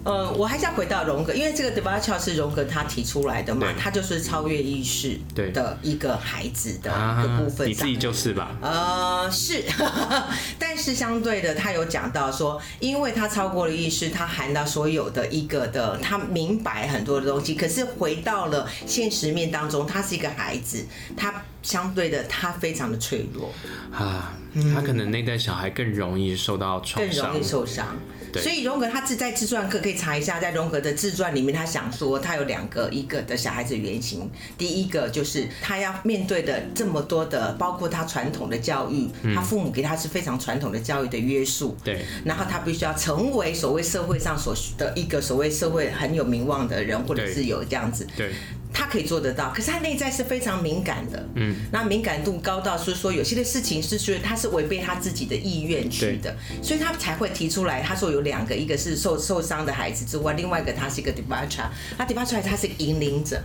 A: 呃，我还是要回到荣格，因为这个 d e b a c h 是荣格他提出来的嘛
B: 对，
A: 他就是超越意识
B: 对啊
A: 的一个孩子的一个部分
B: 你自
A: 上。
B: 己就是吧。
A: 呃，是， 但是相对的，他有讲到说，因为他超过了意识，他含到所有的一个的，他明白很多的东西，可是回到了现实面当中，他是一个孩子，他相对的，他非常的脆弱，
B: 啊，他可能内在小孩更容易受到创
A: 更
B: 伤，
A: 容易受伤。
B: 对
A: 所以荣格他自在自传课可以查一下，在荣格的自传里面，他想说他有两个一个的小孩子原型，第一个就是他要面对的这么多的，包括他传统的教育，他父母给他是非常传统的教育的约束，
B: 嗯对
A: 然后他必须要成为所谓社会上所需的一个所谓社会很有名望的人，或者
B: 对
A: 是有这样子，
B: 对。
A: 他可以做得到，可是他内在是非常敏感的，嗯，那敏感度高到是说有些的事情是觉得他是违背他自己的意愿去的，所以他才会提出来。他说有两个，一个是受受伤的孩子之外，另外一个他是一个 departure，那 departure 他是引领者。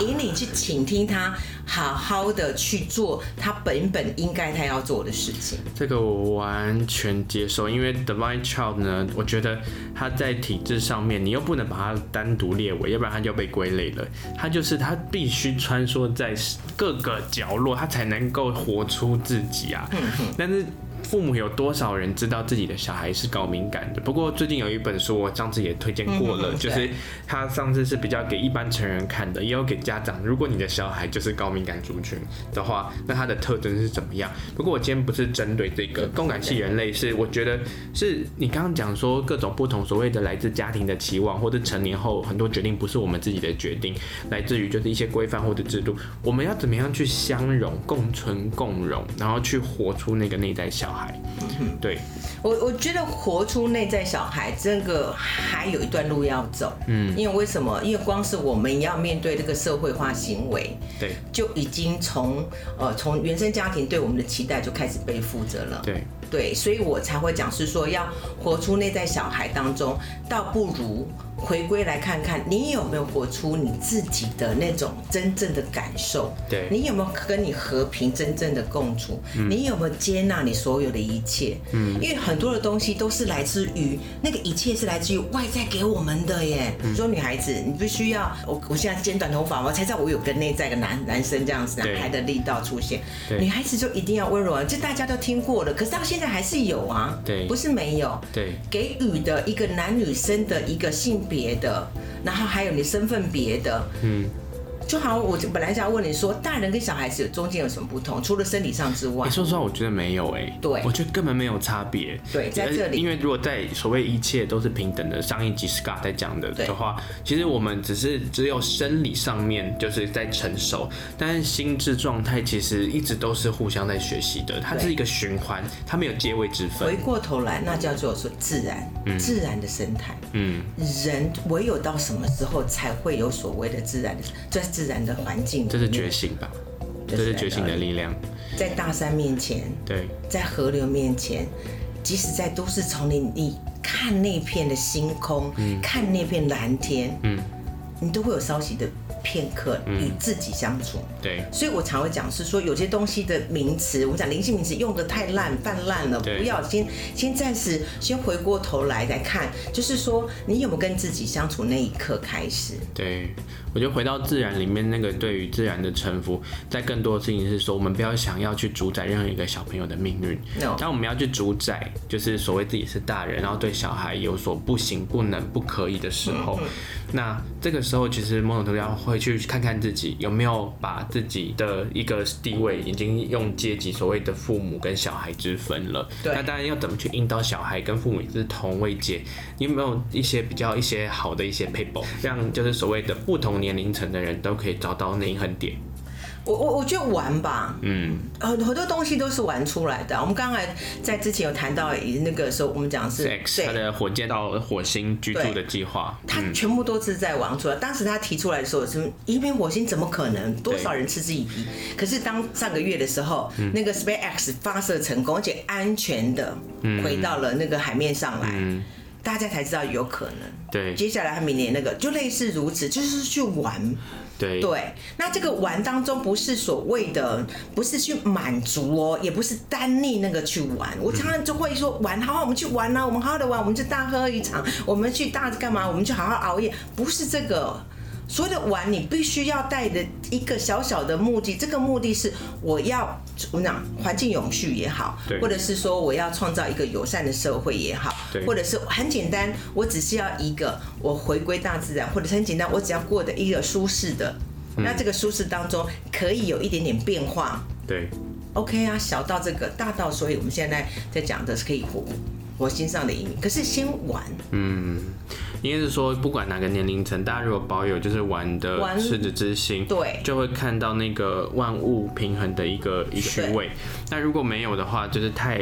A: 引领去倾听他，好好的去做他本本应该他要做的事情。
B: 这个我完全接受，因为 Divine Child 呢，我觉得它在体制上面，你又不能把它单独列为，要不然它就被归类了。它就是它必须穿梭在各个角落，它才能够活出自己啊。但是父母有多少人知道自己的小孩是高敏感的？不过最近有一本书，我上次也推荐过了，就是他上次是比较给一般成人看的，也有给家长。如果你的小孩就是高敏感族群的话，那他的特征是怎么样？不过我今天不是针对这个共感系人类是，我觉得是你刚刚讲说各种不同所谓的来自家庭的期望，或者成年后很多决定不是我们自己的决定，来自于就是一些规范或者制度，我们要怎么样去相融、共存、共荣，然后去活出那个内在小孩。对，
A: 我我觉得活出内在小孩这个还有一段路要走，嗯，因为为什么？因为光是我们要面对这个社会化行为，
B: 对，
A: 就已经从呃从原生家庭对我们的期待就开始背负着了，
B: 对，
A: 对，所以我才会讲是说要活出内在小孩当中，倒不如回归来看看你有没有活出你自己的那种真正的感受，
B: 对嗯
A: 你有没有跟你和平真正的共处，你有没有接纳你所有的一切，嗯，因为很多的东西都是来自于那个一切是来自于外在给我们的耶，
B: 嗯
A: 说女孩子你必须要我我现在剪短头发，我才知道我有跟内在的男男生这样子男
B: 对
A: 孩的力道出现，
B: 对
A: 女孩子就一定要温柔啊，这大家都听过了，可是到现在还是有啊，
B: 对
A: 不是没有，
B: 对
A: 给予的一个男女生的一个性别的，然后还有你身份别的，
B: 嗯，
A: 就好像我本来想要问你说，大人跟小孩子有中间有什么不同？除了生理上之外
B: 你，说实话，我觉得没有哎、
A: 对
B: 我觉得根本没有差别。
A: 对在这里
B: 因为如果在所谓一切都是平等的，上一集 Scott 在讲的
A: 对
B: 的话，其实我们只是只有生理上面就是在承受，但是心智状态其实一直都是互相在学习的，它
A: 对
B: 是一个循环，它没有阶位之分
A: 回。过头来，那叫做说自然，自然的生态。
B: 嗯，
A: 人唯有到什么时候才会有所谓的自然的，在自然的环境，
B: 这是觉，醒吧，这
A: 这
B: 是
A: 嗯是
B: 觉醒的力量。
A: 在大山面前，
B: 对
A: 在河流面前，即使在都市丛林，你看那片的星空，看那片蓝天，
B: 嗯
A: 你都会有稍息的片刻与自己相处。
B: 对
A: 所以我常会讲是说，有些东西的名词，我们讲灵性名词用的太烂泛滥了，
B: 对
A: 不要先先暂时先回过头来来看，就是说你有没有跟自己相处那一刻开始？
B: 对，我觉得回到自然里面那个对于自然的臣服，在更多的事情是说，我们不要想要去主宰任何一个小朋友的命运。
A: No
B: 当我们要去主宰，就是所谓自己是大人，然后对小孩有所不行、不能、不可以的时候，
A: 嗯
B: 那这个时候其实某种程度上会去看看自己有没有把自己的一个地位已经用阶级所谓的父母跟小孩之分了。
A: 对
B: 那当然要怎么去引导小孩跟父母也是同位阶，你有没有一些比较一些好的一些 paper，让
A: 嗯
B: 就是所谓的不同年龄层的人都可以找到那一衡点？
A: 我我我觉得玩吧，
B: 嗯，
A: 很很多东西都是玩出来的。我们刚才在之前有谈到那个时候，我们讲的是
B: X 他
A: 对，
B: 的嗯火箭到火星居住的计划，
A: 他全部都是在玩出来。当时他提出来的时候，是移民火星怎么可能？多少人嗤之以鼻？可是当上个月的时候，
B: 嗯
A: 那个 SpaceX 发射成功，而且安全的
B: 嗯
A: 回到了那个海面上来，大家才知道有可能。
B: 嗯对
A: 接下来他明年那个就类似如此，就是去玩。
B: 对
A: 对，那这个玩当中不是所谓的，不是去满足哦，也不是单逆那个去玩。我常常就会说玩，好好我们去玩啦、啊我们好好的玩，我们就大喝一场，我们去大干嘛？我们就好好熬夜，不是这个。所有的玩，你必须要带的一个小小的目的，这个目的是我要我讲环境永续也好
B: 对，
A: 或者是说我要创造一个友善的社会也好
B: 对，
A: 或者是很简单，我只是要一个我回归大自然，或者是很简单，我只要过得一个舒适的，
B: 嗯
A: 那这个舒适当中可以有一点点变化。
B: 对
A: OK 啊，小到这个，大到所以我们现在在讲的是可以活活心上的移民，可是先玩，
B: 嗯应该是说，不管哪个年龄层，大家如果保有就是玩的
A: 玩
B: 赤子之心，
A: 对
B: 就会看到那个万物平衡的一个一个虚位。那如果没有的话，就是太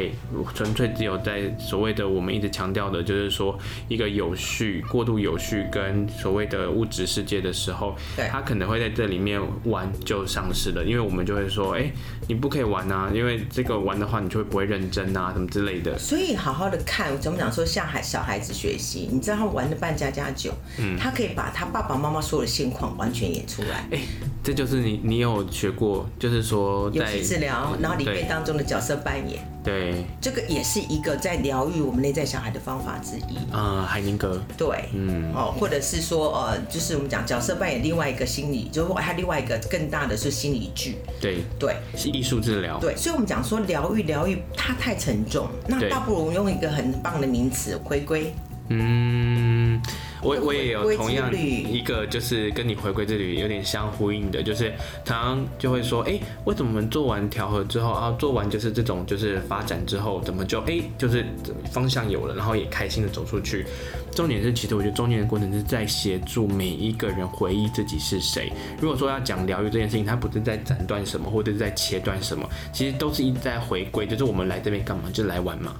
B: 纯粹只有在所谓的我们一直强调的，就是说一个有序、过度有序跟所谓的物质世界的时候，
A: 对
B: 它可能会在这里面玩就丧失了，因为我们就会说，哎、你不可以玩啊，因为这个玩的话，你就会不会认真啊，什么之类的。
A: 所以好好的看，怎么讲说向孩小孩子学习，你知道他玩的扮家家酒，
B: 嗯
A: 他可以把他爸爸妈妈所有的现况完全演出来。
B: 哎、这就是你，你有学过，就是说
A: 游
B: 在
A: 戏治疗，然后里
B: 对
A: 面当中的角色扮演，
B: 对，
A: 这个也是一个在疗愈我们内在小孩的方法之一。
B: 啊、海宁格，
A: 对，嗯，哦，或者是说，呃，就是我们讲角色扮演另外一个心理，就是它另外一个更大的是心理剧，
B: 对，
A: 对，
B: 是艺术治疗，
A: 对，所以我们讲说疗愈，疗愈它太沉重，那
B: 对
A: 倒不如用一个很棒的名词回归。
B: 嗯，我我也有
A: 回归
B: 同样
A: 之旅
B: 一个，就是跟你回归之旅有点相呼应的，就是常常就会说，哎、为什么我们做完调和之后，啊，做完就是这种就是发展之后，怎么就哎、就是方向有了，然后也开心的走出去。重点是，其实我觉得中间的过程是在协助每一个人回忆自己是谁。如果说要讲疗愈这件事情，它不是在斩断什么，或者是在切断什么，其实都是一直在回归，就是我们来这边干嘛，就是来玩嘛。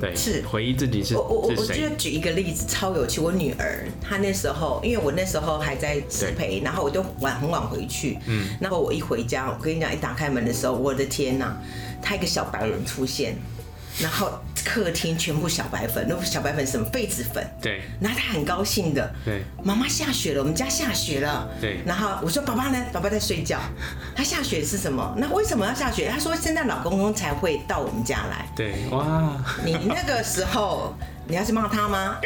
B: 对，
A: 是
B: 回忆自己是
A: 我我我
B: 是
A: 我
B: 谁
A: 就。举一个例子，超有趣。我女儿她那时候，因为我那时候还在失陪，然后我就晚很晚回去，嗯，然后我一回家，我跟你讲，一打开门的时候，我的天呐、她一个小白人出现，然后客厅全部小白粉，那不是小白粉是什么痱子粉，
B: 对，
A: 然后他很高兴的，
B: 对，
A: 妈妈下雪了，我们家下雪了，
B: 对
A: 然后我说爸爸呢？爸爸在睡觉。他下雪是什么？那为什么要下雪？他说圣诞老公公才会到我们家来。
B: 对，哇，
A: 你那个时候你要去骂他吗？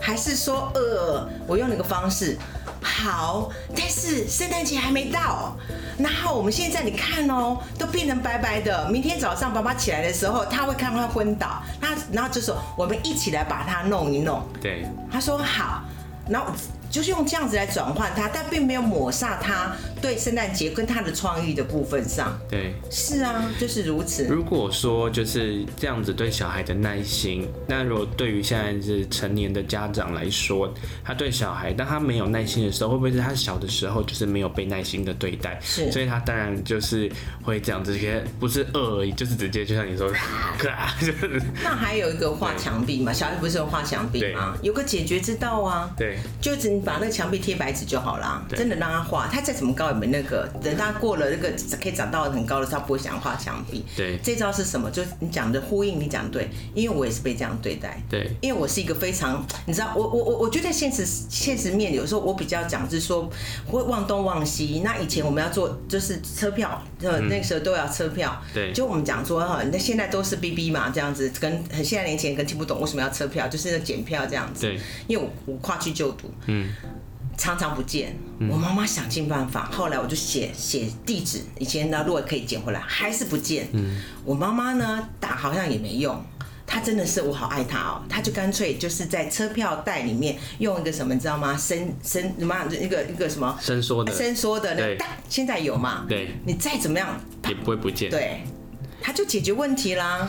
A: 还是说呃，我用那个方式好，但是圣诞节还没到，然后我们现在你看哦，都变成白白的。明天早上爸爸起来的时候，他会看到他昏倒，那然后就说我们一起来把它弄一弄。
B: 对，
A: 他说好，然后就是用这样子来转换他，但并没有抹杀他对圣诞节跟他的创意的部分上。
B: 对。
A: 是啊，就是如此。
B: 如果说就是这样子对小孩的耐心，那如果对于现在是成年的家长来说，他对小孩，当他没有耐心的时候，会不会是他小的时候就是没有被耐心的对待？
A: 是
B: 所以他当然就是会这样子，其实不是饿而已，就是直接就像你说的，咔就是
A: 那还有一个画墙壁嘛，小孩不是有画墙壁吗？有个解决之道啊。
B: 对
A: 就只你把那个墙壁贴白纸就好啦，
B: 对
A: 真的让他画，他再怎么高也没那个。等他过了那个可以长到很高的时候，他不会想画墙壁。
B: 对
A: 这招是什么？就是你讲的呼应，你讲对，因为我也是被这样对待。
B: 对
A: 因为我是一个非常，你知道，我我我我觉得现实现实面有时候我比较讲是说会忘东忘西。那以前我们要做就是车票，呃，那时候都要车票。
B: 对
A: 就我们讲说哈，那现在都是 B B 嘛，这样子跟很现在年轻人跟听不懂为什么要车票，就是那检票这样子。
B: 对，
A: 因为我我跨区就读，嗯，常常不见。
B: 嗯
A: 我妈妈想尽办法，后来我就写写地址，以前呢如果可以捡回来，还是不见。嗯，我妈妈呢打好像也没用。她真的是我好爱她哦，她就干脆就是在车票袋里面用一个什么，你知道吗？伸伸什么啊一个一个什么
B: 伸缩的
A: 伸缩的那
B: 对
A: 个袋，现在有嘛？
B: 对，
A: 你再怎么样，
B: 也不会不见。
A: 对，他就解决问题啦。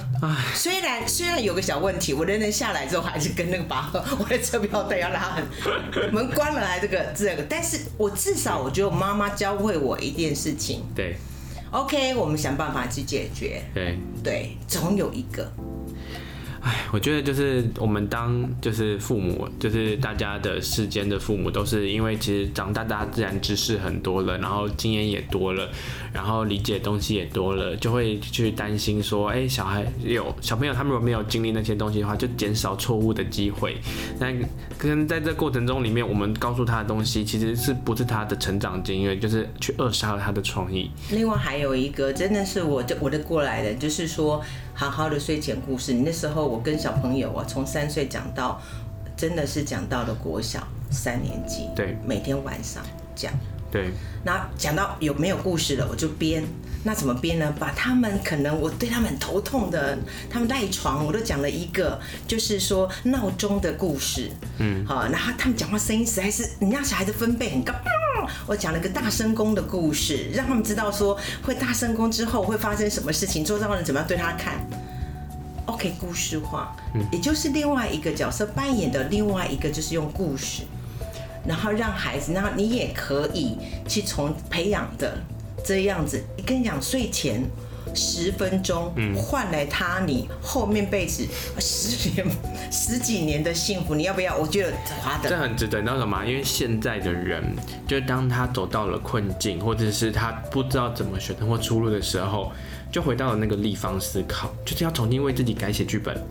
A: 虽然虽然有个小问题，我那天下来之后还是跟那个把我的车票带要拉很， 门关了还这个这个，但是我至少我觉得我妈妈教会我一件事情
B: 对
A: ，OK，我们想办法去解决，
B: 对。
A: 对，总有一个。
B: 哎，我觉得就是我们当就是父母，就是大家的世间的父母，都是因为其实长大大家自然知识很多了，然后经验也多了，然后理解的东西也多了，就会去担心说，哎，小孩有小朋友他们如果没有经历那些东西的话，就减少错误的机会。那跟在这过程中里面，我们告诉他的东西其实是不是他的成长经验，就是去扼杀了他的创意。
A: 另外还有一个真的是我的我的过来人，就是说好好的睡前故事。你那时候我跟小朋友啊，从三岁讲到，真的是讲到了国小三年级，
B: 对
A: 每天晚上讲。
B: 对
A: 然后讲到有没有故事了，我就编。那怎么编呢？把他们可能我对他们很头痛的，他们赖床，我都讲了一个，就是说闹钟的故事。嗯，好，然后他们讲话声音实在是，你让小孩子分贝很高。我讲了一个大声公的故事，让他们知道说会大声公之后会发生什么事情，周遭人怎么样对他看。OK，故事化，也就是另外一个角色扮演的另外一个就是用故事。然后让孩子，然后你也可以去从培养的这样子。跟你讲，睡前十分钟，换来他你后面辈子十年、十几年的幸福，你要不要？我觉得划
B: 这
A: 得。
B: 很值得，你知道什么吗？因为现在的人，就当他走到了困境，或者是他不知道怎么选择或出路的时候，就回到了那个立方思考，就是要重新为自己改写剧本。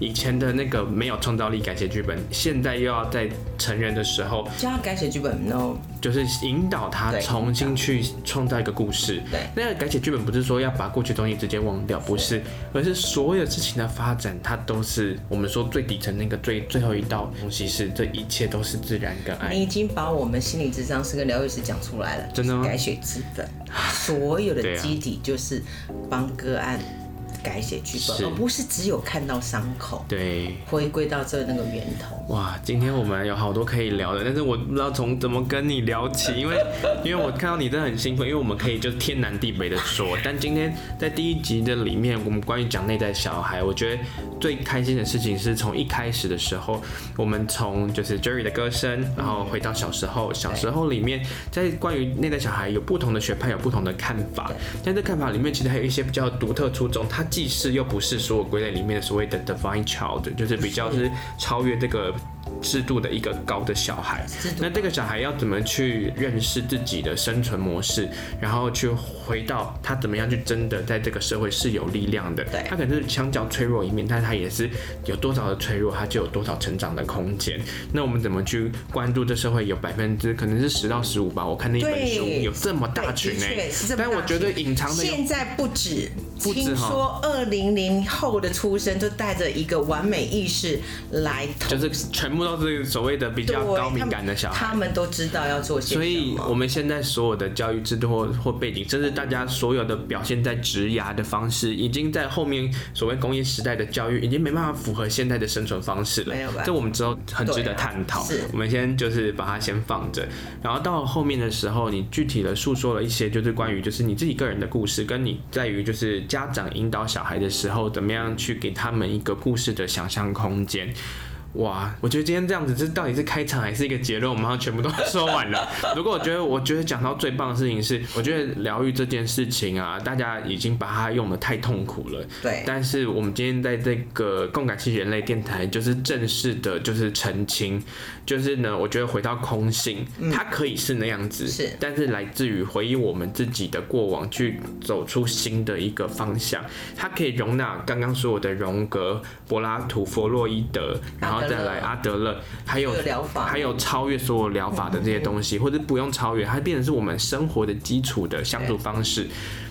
B: 以前的那个没有创造力改写剧本，现在又要在成人的时候，
A: 就要改写剧本，no，
B: 就是引导他
A: 对
B: 重新去创造一个故事。
A: 对
B: 那个改写剧本不是说要把过去的东西直接忘掉，不是，而是所有事情的发展，它都是我们说最底层那个最最后一道东西是，这一切都是自然跟爱
A: 你。已经把我们心理智商师跟疗愈师讲出来了，
B: 哎真的吗
A: 就是改写剧本，所有
B: 对
A: 的
B: 啊
A: 基底就是帮个案改写剧
B: 是
A: 本，而不是只有看到伤口，
B: 对，
A: 回归到这那个源头。
B: 哇，今天我们有好多可以聊的，但是我不知道从怎么跟你聊起，因为 因为我看到你真的很兴奋，因为我们可以就天南地北的说，但今天在第一集的里面，我们关于讲内在小孩，我觉得最开心的事情是从一开始的时候，我们从就是 Jerry 的歌声，然后回到小时候，小时候里面在关于内在小孩有不同的学派，有不同的看法，但这看法里面其实还有一些比较独特出众，它既是又不是所有归类里面的所谓的 divine child，就是比较是超越这个制度的一个高的小孩。那这个小孩要怎么去认识自己的生存模式，然后去回到他怎么样去真的在这个社会是有力量的。
A: 对
B: 他可能是相较脆弱一面，但他也是有多少的脆弱，他就有多少成长的空间。那我们怎么去关注这社会有百分之可能是十到十五吧？我看那一本
A: 对
B: 书有这么大群呢、
A: 对的确是这么大
B: 但
A: 群
B: 我觉得隐藏的有
A: 现在不止，
B: 不止
A: 听
B: 哈
A: 说二零零后的出生就带着一个完美意识来投
B: 就是全部都是所谓的比较
A: 对
B: 高敏感的小孩
A: 他们，他们都知道要做些什
B: 所
A: 么。
B: 以我们现在所有的教育制度或或背景，甚至大家所有的表现在职涯的方式，已经在后面所谓工业时代的教育，已经没办法符合现在的生存方式了
A: 没有办。法
B: 这我们之后很值
A: 对
B: 得
A: 啊
B: 探讨。
A: 是
B: 我们先就是把它先放着，然后到后面的时候，你具体的诉说了一些，就是关于就是你自己个人的故事，跟你在于就是家长引导小孩的时候，怎么样去给他们一个故事的想象空间。哇，我觉得今天这样子，这到底是开场还是一个结论？我们好像全部都说完了。如果我觉得，我觉得讲到最棒的事情是，我觉得疗愈这件事情啊，大家已经把它用的太痛苦了。
A: 对
B: 但是我们今天在这个共感系人类电台，就是正式的，就是澄清，就是呢，我觉得回到空性，它可以是那样子，
A: 嗯是
B: 但是来自于回忆我们自己的过往，去走出新的一个方向。它可以容纳刚刚所有的荣格、柏拉图、弗洛伊德，然后再来阿德勒，还有
A: 所嗯有疗法
B: 还有超越所有疗法的这些东西，或者不用超越，它变成是我们生活的基础的相处方式。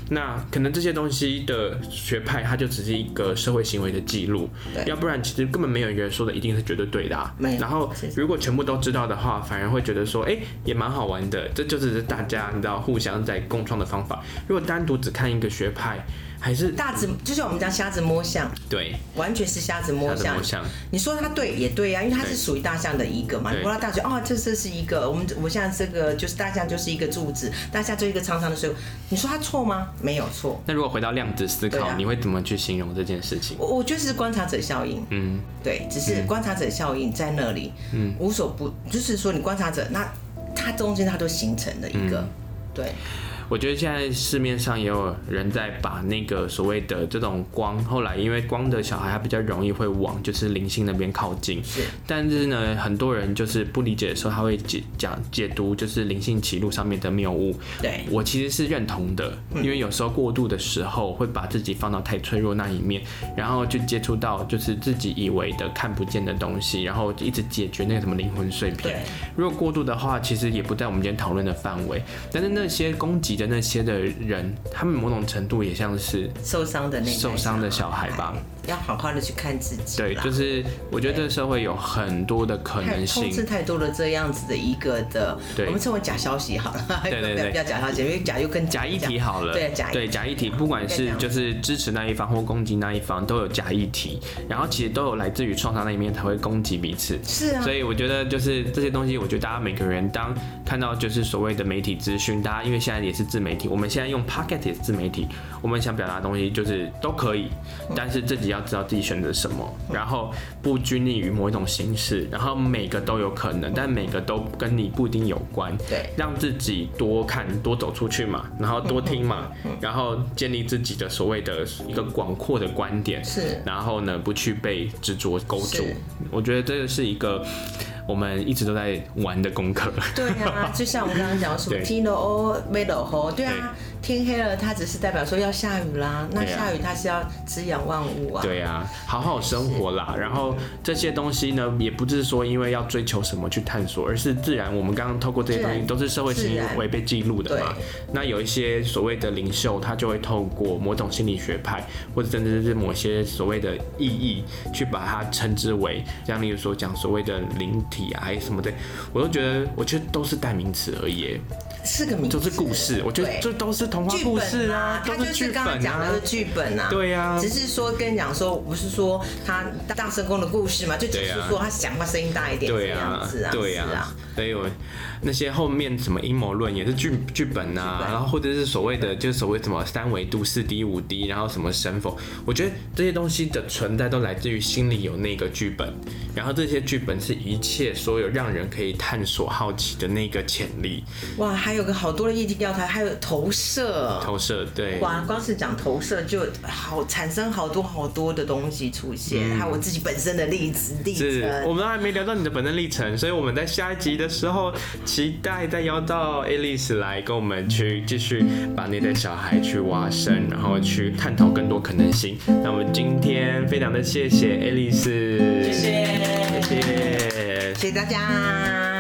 B: 那可能这些东西的学派，它就只是一个社会行为的记录，
A: 对
B: 要不然其实根本没有一个人说的一定是绝对对的、啊。
A: 没有
B: 然后
A: 是
B: 如果全部都知道的话，反而会觉得说，哎、也蛮好玩的。这就只是大家你知道互相在共创的方法。如果单独只看一个学派，还是
A: 大子就像我们讲瞎子摸象，
B: 对
A: 完全是瞎子摸
B: 瞎子
A: 象。
B: 摸象
A: 你说它对也对呀、啊因为它
B: 对
A: 是属于大象的一个嘛。
B: 对
A: 你不知道大象哦，这这是一个，我们我现在这个就是大象就是一个柱子，大象就是一个长长的水果。你说它错吗？没有错。
B: 那如果回到量子思考，
A: 对啊
B: 你会怎么去形容这件事情？
A: 我我觉得是观察者效应，
B: 嗯，
A: 对，只是观察者效应在那里，嗯，无所不，就是说你观察者，那它中间它都形成了一个，
B: 嗯
A: 对，
B: 我觉得现在市面上也有人在把那个所谓的这种光，后来因为光的小孩他比较容易会往就是灵性那边靠近，
A: 是
B: 但是呢，很多人就是不理解的时候，他会解讲解读就是灵性歧路上面的谬误。
A: 对
B: 我其实是认同的，因为有时候过度的时候会把自己放到太脆弱那一面，然后去接触到就是自己以为的看不见的东西，然后一直解决那个什么灵魂碎片
A: 对。
B: 如果过度的话，其实也不在我们今天讨论的范围。但是那些攻击的那些的人，他们某种程度也像是
A: 受伤的那个哎
B: 受伤的小孩吧，
A: 要好好的去看自己啦，
B: 对，就是我觉得这个社会有很多的可
A: 太
B: 能
A: 充
B: 性。
A: 斥太多了这样子的一个的
B: 对，
A: 我们称为假消息好 了，哎
B: 对对
A: 不要
B: 对
A: 不要假消息，因为假又跟
B: 假议题好了，
A: 对假议
B: 对
A: 题，
B: 假议题，不管是就是支持那一方或攻击那一方，都有假议题，然后其实都有来自于创伤那一面才会攻击彼此。
A: 是啊
B: 所，以我觉得就是这些东西，我觉得大家每个人当看到就是所谓的媒体资讯，大家因为现在也是自媒体，我们现在用 Pocket 也是自媒体，我们想表达的东西就是都可以，
A: 嗯
B: 但是自己要知道自己选择什么，然后不拘泥于某一种形式，然后每个都有可能，但每个都跟你不一定有关。
A: 对
B: 让自己多看、多走出去嘛，然后多听嘛，然后建立自己的所谓的一个广阔的观点，
A: 是
B: 然后呢，不去被执着勾住
A: 是。
B: 我觉得这个是一个我们一直都在玩的功课。
A: 对啊，就像我们刚刚讲说
B: 对
A: ，Tino O Melo 对
B: 对
A: 啊，天黑了，它只是代表说要下雨啦。那
B: 对啊
A: 下雨它是要滋养万物啊。
B: 对啊，好好生活啦。然后这些东西呢，也不是说因为要追求什么去探索，而是自然。我们刚刚透过这些东
A: 自
B: 西，
A: 然
B: 都是社会行为被记录的嘛
A: 对。
B: 那有一些所谓的领袖，他就会透过某种心理学派，或者甚至是某些所谓的意义，去把它称之为，像例如说讲所谓的灵体啊，还是什么的，我都觉得，我觉得都是代名词而已耶，
A: 是个名字，
B: 就是故事。我觉得
A: 嗯对
B: 这都是童话
A: 剧
B: 故
A: 本
B: 事啊，
A: 它
B: 都
A: 就是
B: 剧
A: 是
B: 本
A: 刚刚讲
B: 啊
A: 的。剧本啊。
B: 对啊
A: 只是说跟你讲说，不是说他大圣公的故事嘛，就只是
B: 对啊
A: 说他讲话声音大一点这
B: 对
A: 样
B: 啊
A: 子啊，，
B: 对
A: 是
B: 啊
A: 啊。，
B: 所以我那些后面什么阴谋论也是剧剧本啊，
A: 剧本
B: 然后或者是所谓的就是所谓什么三维度、四 D、五 D，然后什么神否，我觉得这些东西的存在都来自于心里有那个剧本，然后这些剧本是一切所有让人可以探索好奇的那个潜力
A: 哇，还有个好多的议题调查，还有投射。
B: 投射，对。
A: 哇，光是讲投射就好产生好多好多的东西出现，还有我自己本身的例子历
B: 嗯是
A: 程，
B: 我们还没聊到你的本身历程，所以我们在下一集的时候，期待再邀到 Alice 来跟我们去继续把内在小孩去挖深，然后去探讨更多可能性。那我们今天非常的谢谢 Alice，
C: 谢谢
B: 谢谢。
A: 谢谢大家。